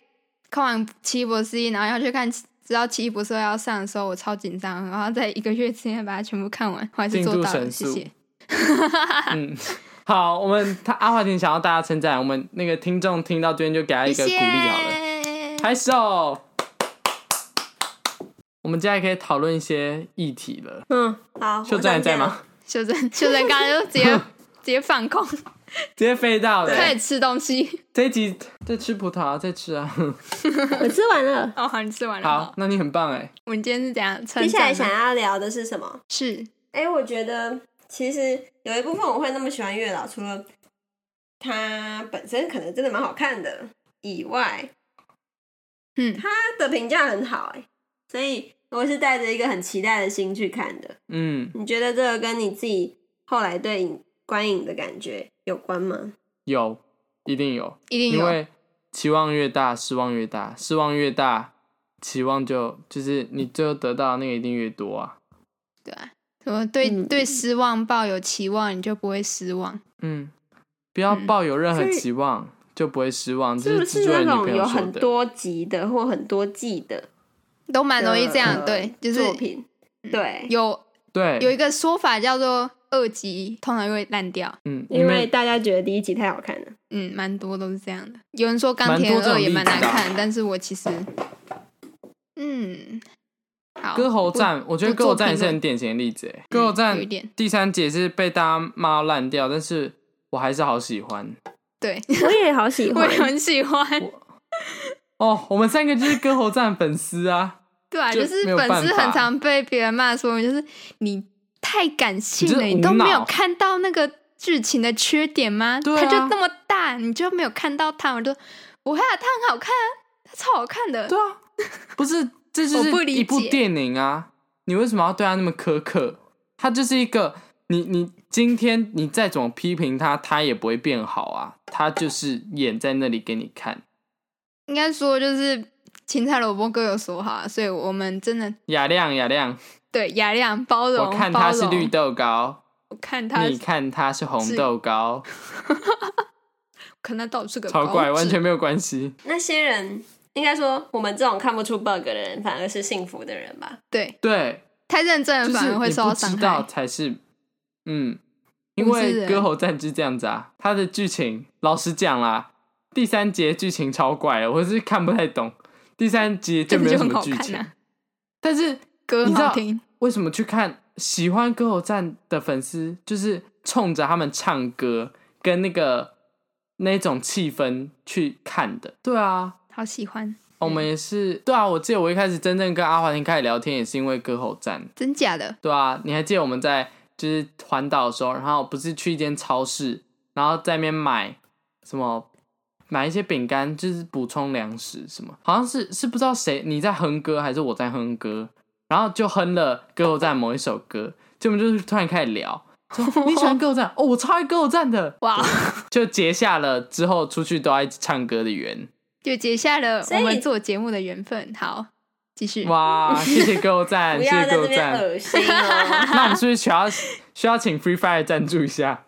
[SPEAKER 2] 看完《奇异博士一》，然后要去看知道《奇异博士二》要上的时候，我超紧张，然后在一个月之内把它全部看完，我还是
[SPEAKER 3] 进
[SPEAKER 2] 做
[SPEAKER 3] 度
[SPEAKER 2] 到了，
[SPEAKER 3] 神
[SPEAKER 2] 谢
[SPEAKER 3] 速
[SPEAKER 2] 谢。
[SPEAKER 3] 嗯，好，我们他阿华田想要大家称赞，我们那个听众听到这边就给他一个鼓励好了。
[SPEAKER 2] 了。
[SPEAKER 3] 拍手。我们接下来可以讨论一些议题了。
[SPEAKER 1] 嗯，好，
[SPEAKER 3] 秀
[SPEAKER 1] 我
[SPEAKER 3] 珍还
[SPEAKER 1] 上
[SPEAKER 3] 在
[SPEAKER 1] 架
[SPEAKER 3] 吗
[SPEAKER 1] 了？？
[SPEAKER 2] 秀珍，秀珍刚刚就直
[SPEAKER 3] <laughs>
[SPEAKER 2] 接直接放空，
[SPEAKER 3] 直接飞到的。
[SPEAKER 2] 开始吃东西。
[SPEAKER 3] 这一集在吃葡萄，在吃啊。
[SPEAKER 1] <laughs>
[SPEAKER 3] <laughs>
[SPEAKER 1] 我吃完了。
[SPEAKER 2] 哦，好，你吃完了。
[SPEAKER 3] 好，，那你很棒哎。
[SPEAKER 2] 我们今天是怎样？
[SPEAKER 1] 接
[SPEAKER 2] 接
[SPEAKER 1] 下来想要聊的是什么？
[SPEAKER 2] 是
[SPEAKER 1] 哎、我觉得其实有一部分我会那么喜欢月老，除了它本身可能真的蛮好看的以外，
[SPEAKER 2] 嗯，
[SPEAKER 1] 它的评价很好、哎，所以我是带着一个很期待的心去看的。
[SPEAKER 3] 嗯，
[SPEAKER 1] 你觉得这个跟你自己后来对影观影的感觉有关吗？
[SPEAKER 3] 有，一定有，
[SPEAKER 2] 一定
[SPEAKER 3] 因
[SPEAKER 2] 有。
[SPEAKER 3] 为期望越大，失望越大，失望越大，期望就就是你最后得到的那个一定越多啊。
[SPEAKER 2] 对啊，什么对、
[SPEAKER 1] 嗯
[SPEAKER 2] 对失望抱有期望，你就不会失望。
[SPEAKER 3] 嗯，不要抱有任何
[SPEAKER 1] 所以
[SPEAKER 3] 期望，就不会失望。
[SPEAKER 1] 是
[SPEAKER 3] 这
[SPEAKER 1] 不
[SPEAKER 3] 是蜘
[SPEAKER 1] 是
[SPEAKER 3] 蛛人
[SPEAKER 1] 那
[SPEAKER 3] 女
[SPEAKER 1] 种
[SPEAKER 3] 朋
[SPEAKER 1] 有
[SPEAKER 3] 友说
[SPEAKER 1] 很
[SPEAKER 3] 的。
[SPEAKER 1] 多集的或很多季的，
[SPEAKER 2] 都蛮容易这样，
[SPEAKER 1] 的呃
[SPEAKER 2] 对，就是嗯
[SPEAKER 1] 作品，对，
[SPEAKER 2] 有
[SPEAKER 3] 对，
[SPEAKER 2] 有一个说法叫做二级通常会烂掉，
[SPEAKER 3] 嗯，
[SPEAKER 1] 因为
[SPEAKER 3] 为
[SPEAKER 1] 大家觉得第一集太好看了，
[SPEAKER 2] 嗯，蛮多都是这样的。有人说钢
[SPEAKER 3] 蛮
[SPEAKER 2] 铁
[SPEAKER 3] 多这种
[SPEAKER 2] 二也蛮难
[SPEAKER 3] 例子的啊
[SPEAKER 2] 看，但是我其实，嗯，好，
[SPEAKER 3] 歌喉
[SPEAKER 2] 不，
[SPEAKER 3] 战，我觉得
[SPEAKER 2] 不
[SPEAKER 3] 歌
[SPEAKER 2] 做
[SPEAKER 3] 喉战也
[SPEAKER 2] 评
[SPEAKER 3] 是
[SPEAKER 2] 论
[SPEAKER 3] 很典型的例子欸。歌喉战
[SPEAKER 2] 有一点
[SPEAKER 3] 第三节是被大家骂到烂掉，但是我还是好喜欢。 <laughs>
[SPEAKER 2] 对，
[SPEAKER 1] <laughs> 我也好喜
[SPEAKER 2] 我
[SPEAKER 1] 欢
[SPEAKER 2] 也。很喜欢，
[SPEAKER 3] 哦，我们三个就是歌喉战粉丝啊。
[SPEAKER 2] 对啊，
[SPEAKER 3] 就
[SPEAKER 2] 就是
[SPEAKER 3] 没有
[SPEAKER 2] 粉
[SPEAKER 3] 办
[SPEAKER 2] 丝
[SPEAKER 3] 法
[SPEAKER 2] 很常被别人骂说，就是你太感性了，
[SPEAKER 3] 你就是
[SPEAKER 2] 你都
[SPEAKER 3] 无
[SPEAKER 2] 没有
[SPEAKER 3] 脑
[SPEAKER 2] 看到那个剧情的缺点吗？
[SPEAKER 3] 对啊
[SPEAKER 2] 它就那么大，你就没有看到它，我就不会啊，它很好看啊，它超好看的，
[SPEAKER 3] <laughs> 对啊，不是，这就
[SPEAKER 2] 我不
[SPEAKER 3] 是
[SPEAKER 2] 理
[SPEAKER 3] 一部
[SPEAKER 2] 解
[SPEAKER 3] 电影啊！你为什么要对他那么苛刻？他就是一个你你今天你再怎么批评他，他也不会变好啊！他就是演在那里给你看。
[SPEAKER 2] 应该说就是芹菜萝卜各有所好啊，所以我们真的
[SPEAKER 3] 雅亮雅亮，
[SPEAKER 2] 对雅量包容，
[SPEAKER 3] 我看他是
[SPEAKER 2] 包容
[SPEAKER 3] 绿，豆糕，
[SPEAKER 2] 啊我看他
[SPEAKER 3] 你看他是红
[SPEAKER 2] 是
[SPEAKER 3] 豆糕，
[SPEAKER 2] 可能到处是个
[SPEAKER 3] 超
[SPEAKER 2] 包
[SPEAKER 3] 怪，完
[SPEAKER 2] 子
[SPEAKER 3] 全没有关系。
[SPEAKER 1] 那些人应该说，我们这种看不出 bug 的人，反而是幸福的人吧？
[SPEAKER 2] 对，
[SPEAKER 3] 对，
[SPEAKER 2] 太认真
[SPEAKER 3] 就
[SPEAKER 2] 了
[SPEAKER 3] 是
[SPEAKER 2] 反而会
[SPEAKER 3] 你
[SPEAKER 2] 受到
[SPEAKER 3] 不
[SPEAKER 2] 伤
[SPEAKER 3] 知
[SPEAKER 2] 害
[SPEAKER 3] 道。才是，嗯，因
[SPEAKER 2] 不是
[SPEAKER 3] 为
[SPEAKER 2] 人
[SPEAKER 3] 歌喉战就是这样子啊。它的剧情，老实讲啦，第三节剧情超怪的，我是看不太懂。第三节就
[SPEAKER 2] 但
[SPEAKER 3] 没
[SPEAKER 2] 是 <laughs>
[SPEAKER 3] 有
[SPEAKER 2] 就
[SPEAKER 3] 什
[SPEAKER 2] 很
[SPEAKER 3] 么
[SPEAKER 2] 好
[SPEAKER 3] 剧
[SPEAKER 2] 看
[SPEAKER 3] 情，
[SPEAKER 2] 啊，
[SPEAKER 3] 但是
[SPEAKER 2] 歌
[SPEAKER 3] 你
[SPEAKER 2] 很
[SPEAKER 3] 知
[SPEAKER 2] 好
[SPEAKER 3] 道
[SPEAKER 2] 听，
[SPEAKER 3] 为什么去看喜欢歌喉战的粉丝，就是冲着他们唱歌跟那个那种气氛去看的？对啊，
[SPEAKER 2] 好喜欢，
[SPEAKER 3] 我们也是，对啊，我记得我一开始真正跟阿华田开始聊天，也是因为歌喉战。
[SPEAKER 2] 真假的？
[SPEAKER 3] 对啊，你还记得我们在就是环岛的时候，然后不是去一间超市，然后在那边买什么买一些饼干，就是补充粮食什么，好像是是不知道谁你在哼歌还是我在哼歌，然后就哼了歌喉战某一首歌，就我们就是突然开始聊。说你喜欢歌喉战哦，我超爱歌喉战的，
[SPEAKER 2] 哇，
[SPEAKER 3] 就结下了之后出去都爱唱歌的缘。
[SPEAKER 2] 就结下了
[SPEAKER 1] 所
[SPEAKER 2] 我
[SPEAKER 1] 以
[SPEAKER 2] 们做节目的缘分。好，继续。
[SPEAKER 3] 哇，谢谢歌喉战，
[SPEAKER 1] <laughs> 不
[SPEAKER 3] 谢
[SPEAKER 1] 要在
[SPEAKER 3] 谢歌
[SPEAKER 1] 这
[SPEAKER 3] 喉
[SPEAKER 1] 边
[SPEAKER 3] 战。
[SPEAKER 1] 恶心哦！
[SPEAKER 3] 那我们是不是需要需要请 Free Fire 赞助一下？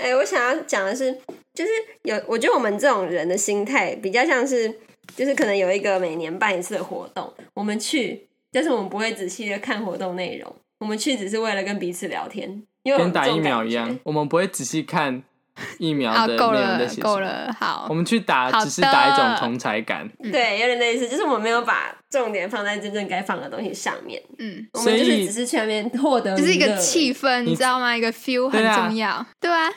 [SPEAKER 1] 哎、我想要讲的是，就是有，我觉得我们这种人的心态比较像是，就是可能有一个每年办一次的活动，我们去，但是我们不会仔细的看活动内容，我们去只是为了跟彼此聊天，因为我
[SPEAKER 3] <laughs> 跟
[SPEAKER 1] 们
[SPEAKER 3] 打
[SPEAKER 1] 这
[SPEAKER 3] 疫
[SPEAKER 1] 种
[SPEAKER 3] 苗
[SPEAKER 1] 感
[SPEAKER 3] 一
[SPEAKER 1] 觉
[SPEAKER 3] 样，我们不会仔细看疫苗
[SPEAKER 2] 好，
[SPEAKER 3] 的内
[SPEAKER 2] 啊够
[SPEAKER 3] 容
[SPEAKER 2] 了
[SPEAKER 3] 在写，
[SPEAKER 2] 够
[SPEAKER 3] 什么。
[SPEAKER 2] 了，好
[SPEAKER 3] 我，们去打，
[SPEAKER 2] 好
[SPEAKER 3] 只是打一种
[SPEAKER 2] 的
[SPEAKER 3] 同才感，
[SPEAKER 1] 对，有点类似，就是我们没有把重点放在真正该放的东西上面，
[SPEAKER 2] 嗯，
[SPEAKER 1] 我们就
[SPEAKER 3] 所
[SPEAKER 1] 是
[SPEAKER 3] 以
[SPEAKER 1] 只是去那边获得，
[SPEAKER 2] 就是一个气。氛，
[SPEAKER 3] 你
[SPEAKER 2] 你知道吗？一个 feel 很
[SPEAKER 3] 对啊
[SPEAKER 2] 重要，对啊，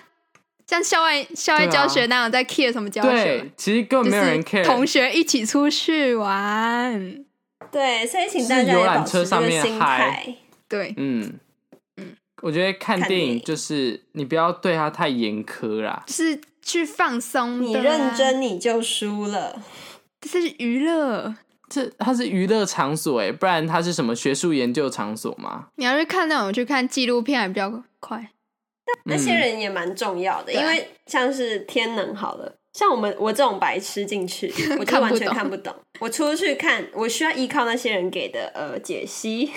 [SPEAKER 2] 像校外校外
[SPEAKER 3] 对啊
[SPEAKER 2] 教学那有在 care 什么教学
[SPEAKER 3] 对？，其实根
[SPEAKER 2] 就
[SPEAKER 3] 本没有人
[SPEAKER 2] 是同
[SPEAKER 3] care，
[SPEAKER 2] 学一起出去玩，
[SPEAKER 1] 对，所以请大家
[SPEAKER 3] 是游
[SPEAKER 1] 也
[SPEAKER 3] 览
[SPEAKER 1] 保
[SPEAKER 3] 车
[SPEAKER 1] 持这
[SPEAKER 3] 上
[SPEAKER 1] 个
[SPEAKER 3] 面
[SPEAKER 1] 心
[SPEAKER 3] 嗨
[SPEAKER 1] 态。
[SPEAKER 2] 对，
[SPEAKER 3] 嗯我觉得看
[SPEAKER 1] 看
[SPEAKER 3] 电
[SPEAKER 1] 电
[SPEAKER 3] 影
[SPEAKER 1] 影
[SPEAKER 3] 就是你不要对它太严苛啦，
[SPEAKER 2] 就是去放松，
[SPEAKER 1] 你认，真你就输了，
[SPEAKER 2] 这是娱乐。
[SPEAKER 3] 这它是娱乐场所哎，不然它是什么学术研究场所吗？
[SPEAKER 2] 你要去看那种，去看纪录片还比较快。
[SPEAKER 1] 那些
[SPEAKER 3] 嗯
[SPEAKER 1] 人也蛮重要的，
[SPEAKER 2] 对啊
[SPEAKER 1] 因为像是天能好了，像我们我这种白痴进
[SPEAKER 3] <laughs>
[SPEAKER 1] 去，我就
[SPEAKER 2] 看不
[SPEAKER 1] 完全
[SPEAKER 2] 懂
[SPEAKER 1] 看不懂。我出去看，我需要依靠那些人给的呃解析，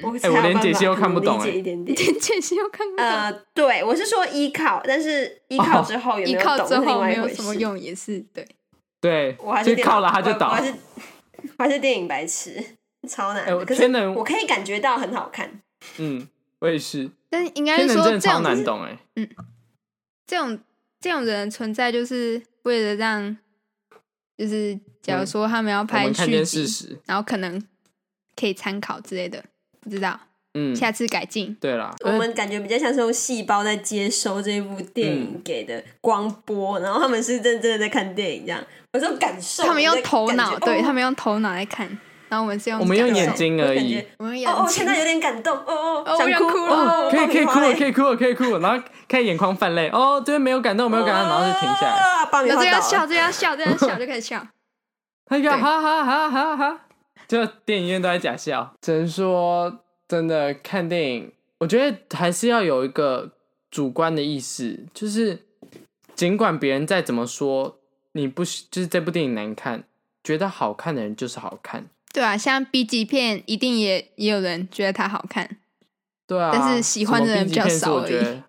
[SPEAKER 1] <laughs>
[SPEAKER 2] <laughs>
[SPEAKER 1] 我才
[SPEAKER 3] 哎我
[SPEAKER 1] 有
[SPEAKER 3] 连
[SPEAKER 1] 办
[SPEAKER 3] 解
[SPEAKER 1] 法
[SPEAKER 3] 析都
[SPEAKER 1] 可
[SPEAKER 3] 看
[SPEAKER 1] 能
[SPEAKER 3] 不懂
[SPEAKER 1] 理
[SPEAKER 3] 哎
[SPEAKER 1] 解一点点。
[SPEAKER 2] 天见是又看不懂，
[SPEAKER 1] 呃，对，我是说依靠，但是依靠
[SPEAKER 3] 哦
[SPEAKER 1] 之后有没
[SPEAKER 2] 依
[SPEAKER 1] 有
[SPEAKER 2] 靠
[SPEAKER 1] 懂
[SPEAKER 2] 之
[SPEAKER 1] 是另
[SPEAKER 2] 后
[SPEAKER 1] 外
[SPEAKER 2] 没
[SPEAKER 1] 一
[SPEAKER 2] 有
[SPEAKER 1] 回
[SPEAKER 2] 什么
[SPEAKER 1] 事。
[SPEAKER 2] 用，也是对。
[SPEAKER 3] 对
[SPEAKER 1] 我还，是
[SPEAKER 3] 就
[SPEAKER 1] 电
[SPEAKER 3] 靠
[SPEAKER 1] 脑
[SPEAKER 3] 了它就
[SPEAKER 1] 我我
[SPEAKER 3] 倒
[SPEAKER 1] 还。是 <laughs> 我还是电影白痴，超难
[SPEAKER 3] 哎我
[SPEAKER 1] 的。可是
[SPEAKER 3] 天能
[SPEAKER 1] 我可以感觉到很好看，
[SPEAKER 3] 嗯，我也是，
[SPEAKER 2] 但应该
[SPEAKER 3] 天
[SPEAKER 2] 是
[SPEAKER 3] 能
[SPEAKER 2] 说
[SPEAKER 3] 真的
[SPEAKER 2] 这
[SPEAKER 3] 超
[SPEAKER 2] 种
[SPEAKER 3] 难懂哎，
[SPEAKER 2] 这种这种人的存在，就是为了让，就是假如说他们要
[SPEAKER 3] 嗯我
[SPEAKER 2] 拍
[SPEAKER 3] 们看
[SPEAKER 2] 续
[SPEAKER 3] 见
[SPEAKER 2] 集，
[SPEAKER 3] 事实，
[SPEAKER 2] 然后可能可以参考之类的，不知道，
[SPEAKER 3] 嗯，
[SPEAKER 2] 下次改进。
[SPEAKER 3] 对啦，
[SPEAKER 1] 我
[SPEAKER 2] 呃
[SPEAKER 1] 们感觉比较像是用细胞在接收这部电
[SPEAKER 2] 嗯
[SPEAKER 1] 影给的光波，然后他们是认真的在看电影，这样有这种感受。
[SPEAKER 2] 他们
[SPEAKER 1] 我
[SPEAKER 2] 用
[SPEAKER 1] 在
[SPEAKER 2] 头
[SPEAKER 1] 感觉
[SPEAKER 2] 脑，
[SPEAKER 1] 哦
[SPEAKER 2] 对他们用头脑来看，然后我们是用
[SPEAKER 3] 我们用
[SPEAKER 2] 感受
[SPEAKER 3] 眼，睛
[SPEAKER 1] 我
[SPEAKER 3] 而
[SPEAKER 1] 感
[SPEAKER 3] 已
[SPEAKER 1] 觉。
[SPEAKER 2] 我们用
[SPEAKER 1] 哦
[SPEAKER 2] 眼
[SPEAKER 1] 哦，
[SPEAKER 2] 睛
[SPEAKER 1] 现，在有点感动，哦
[SPEAKER 2] 哦
[SPEAKER 1] 哦，想
[SPEAKER 2] 我想哭了
[SPEAKER 1] 哦
[SPEAKER 3] 哦，，可以可以哭了，可
[SPEAKER 1] 以
[SPEAKER 3] 以哭了，可以哭了，然后开始眼眶泛泪。哦，这边没有感动，没有感动，然后就停下来。
[SPEAKER 1] 来，哦爆米
[SPEAKER 2] 有
[SPEAKER 1] 花
[SPEAKER 2] 这
[SPEAKER 1] 倒
[SPEAKER 2] 要
[SPEAKER 1] 了
[SPEAKER 2] 笑，这要笑，这要
[SPEAKER 3] <laughs>
[SPEAKER 2] 笑就开始笑。
[SPEAKER 3] 他一个
[SPEAKER 2] 对
[SPEAKER 3] 哈哈哈哈哈，就电影院都在假笑。只能说，真的看电影，我觉得还是要有一个主观的意识，就是尽管别人再怎么说，你不喜就是这部电影难看，觉得好看的人就是好看。
[SPEAKER 2] 对啊，像 B 级片一定也也有人觉得它好看，
[SPEAKER 3] 对啊，
[SPEAKER 2] 但是喜欢的人比较
[SPEAKER 3] 什么 B 级片是
[SPEAKER 2] 少
[SPEAKER 3] 我
[SPEAKER 2] <laughs>
[SPEAKER 3] 觉得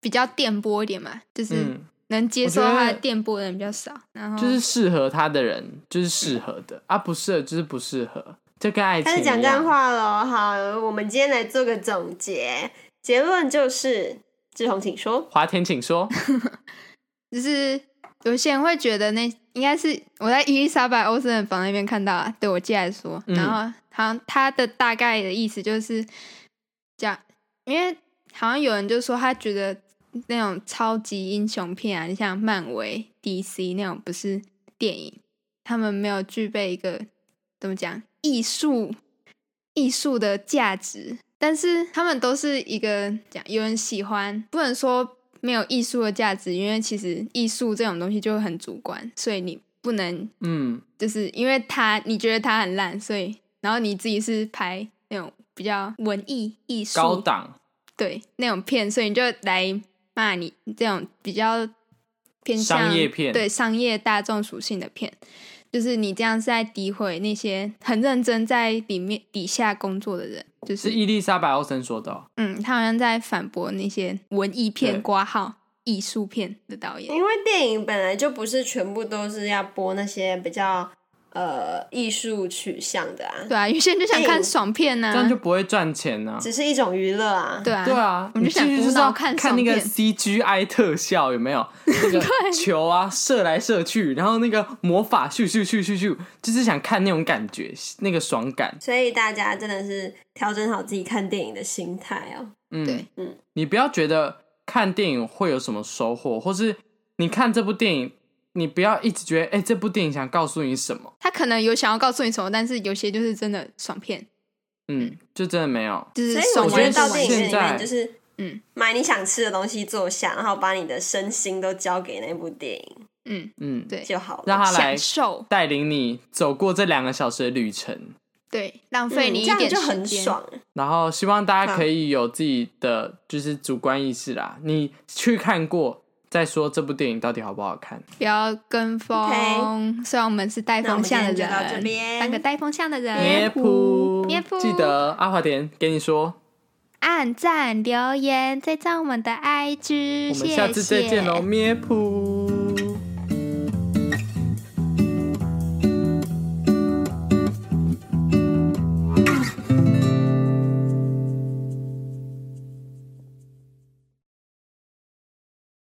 [SPEAKER 2] 比较电波一点嘛，就是
[SPEAKER 3] 嗯，
[SPEAKER 2] 能接受
[SPEAKER 3] 我觉得
[SPEAKER 2] 它的电波的人比较少。然后
[SPEAKER 3] 就是适合他的人就是适合的啊，不适合就是不适合，就跟爱情
[SPEAKER 1] 开始讲
[SPEAKER 3] 一样
[SPEAKER 1] 干。话喽。好，我们今天来做个总结，结论就是志宏，请说。
[SPEAKER 3] 华田，请说。
[SPEAKER 2] 就是有些人会觉得那应该是我在伊丽莎白·欧森的房那边看到啊，对我记来说，
[SPEAKER 3] 嗯
[SPEAKER 2] 然后好像他的大概的意思就是讲，因为好像有人就说他觉得那种超级英雄片啊，你像漫威、DC 那种不是电影，他们没有具备一个怎么讲艺术艺术的价值，但是他们都是一个讲有人喜欢，不能说没有艺术的价值，因为其实艺术这种东西就很主观，所以你不能 <laughs>
[SPEAKER 3] 嗯，
[SPEAKER 2] 就是因为它你觉得它很烂，所以然后你自己是拍那种比较文艺艺术
[SPEAKER 3] 高档，
[SPEAKER 2] 对那种片，所以你就来骂你这种比较偏向
[SPEAKER 3] 商业片
[SPEAKER 2] 对商业大众属性的片，就是你这样是在诋毁那些很认真在里面底下工作的人，就是
[SPEAKER 3] 是伊丽莎白·奥森说的哦、
[SPEAKER 2] 嗯，他好像在反驳那些文艺
[SPEAKER 3] 对
[SPEAKER 2] 片、挂号艺术片的导演。
[SPEAKER 1] 因为电影本来就不是全部都是要播那些比较呃艺术取向的啊，
[SPEAKER 2] 对啊，有些人就想
[SPEAKER 1] 电
[SPEAKER 2] 看
[SPEAKER 1] 影
[SPEAKER 2] 爽片呐、
[SPEAKER 3] 这样就不会赚钱呢、
[SPEAKER 1] 只是一种娱乐啊。
[SPEAKER 2] 嗯对啊，
[SPEAKER 3] 对啊，
[SPEAKER 2] 我们
[SPEAKER 3] 你
[SPEAKER 2] 就想
[SPEAKER 3] 进去
[SPEAKER 2] 无
[SPEAKER 3] 是要
[SPEAKER 2] 脑看
[SPEAKER 3] 看那
[SPEAKER 2] 爽
[SPEAKER 3] 个
[SPEAKER 2] 片
[SPEAKER 3] CGI 特效有没
[SPEAKER 2] <laughs>
[SPEAKER 3] 有？那个球啊射来射去，然后那个魔法咻咻咻咻咻，就是想看那种感觉，那个爽感。
[SPEAKER 1] 所以大家真的是调整好自己看电影的心态哦。
[SPEAKER 3] 嗯，
[SPEAKER 2] 对
[SPEAKER 1] 嗯，
[SPEAKER 3] 你不要觉得看电影会有什么收获，或是你看这部电影，你不要一直觉得哎、这部电影想告诉你什么。嗯
[SPEAKER 2] 他可能有想要告诉你什么，但是有些就是真的爽片，
[SPEAKER 3] 嗯，就真的没有。
[SPEAKER 2] 就是
[SPEAKER 1] 所以
[SPEAKER 2] 爽
[SPEAKER 1] 我觉
[SPEAKER 2] 完
[SPEAKER 1] 得
[SPEAKER 2] 就
[SPEAKER 1] 到
[SPEAKER 2] 完
[SPEAKER 1] 电影院里
[SPEAKER 3] 现
[SPEAKER 1] 面
[SPEAKER 3] 在
[SPEAKER 1] 就是，
[SPEAKER 2] 嗯，
[SPEAKER 1] 买你想吃的东西坐下，然后把你的身心都交给那部电影
[SPEAKER 2] 嗯，
[SPEAKER 3] 嗯，
[SPEAKER 2] 对，
[SPEAKER 1] 就好
[SPEAKER 3] 让
[SPEAKER 1] 了。
[SPEAKER 3] 他
[SPEAKER 2] 享
[SPEAKER 3] 来
[SPEAKER 2] 受，
[SPEAKER 3] 带领你走过这两个小时的旅程。
[SPEAKER 2] 对，浪费
[SPEAKER 1] 嗯
[SPEAKER 2] 你一
[SPEAKER 1] 这样
[SPEAKER 2] 点
[SPEAKER 1] 就很
[SPEAKER 2] 时间，
[SPEAKER 1] 爽，
[SPEAKER 3] 然后希望大家
[SPEAKER 1] 好
[SPEAKER 3] 可以有自己的就是主观意识啦，你去看过再说这部电影到底好不好看。
[SPEAKER 2] 不要跟风。
[SPEAKER 1] OK
[SPEAKER 2] 虽然我们是带
[SPEAKER 1] 那我
[SPEAKER 2] 风
[SPEAKER 1] 们
[SPEAKER 2] 向的
[SPEAKER 1] 今天
[SPEAKER 2] 人
[SPEAKER 1] 就到这，边
[SPEAKER 2] 当个带风向的人，
[SPEAKER 3] 咩噗
[SPEAKER 2] 咩噗
[SPEAKER 3] 记得阿华田给你说，
[SPEAKER 2] 按赞、留言、追踪我们的 IG，
[SPEAKER 3] 我们下次再见喽，咩噗。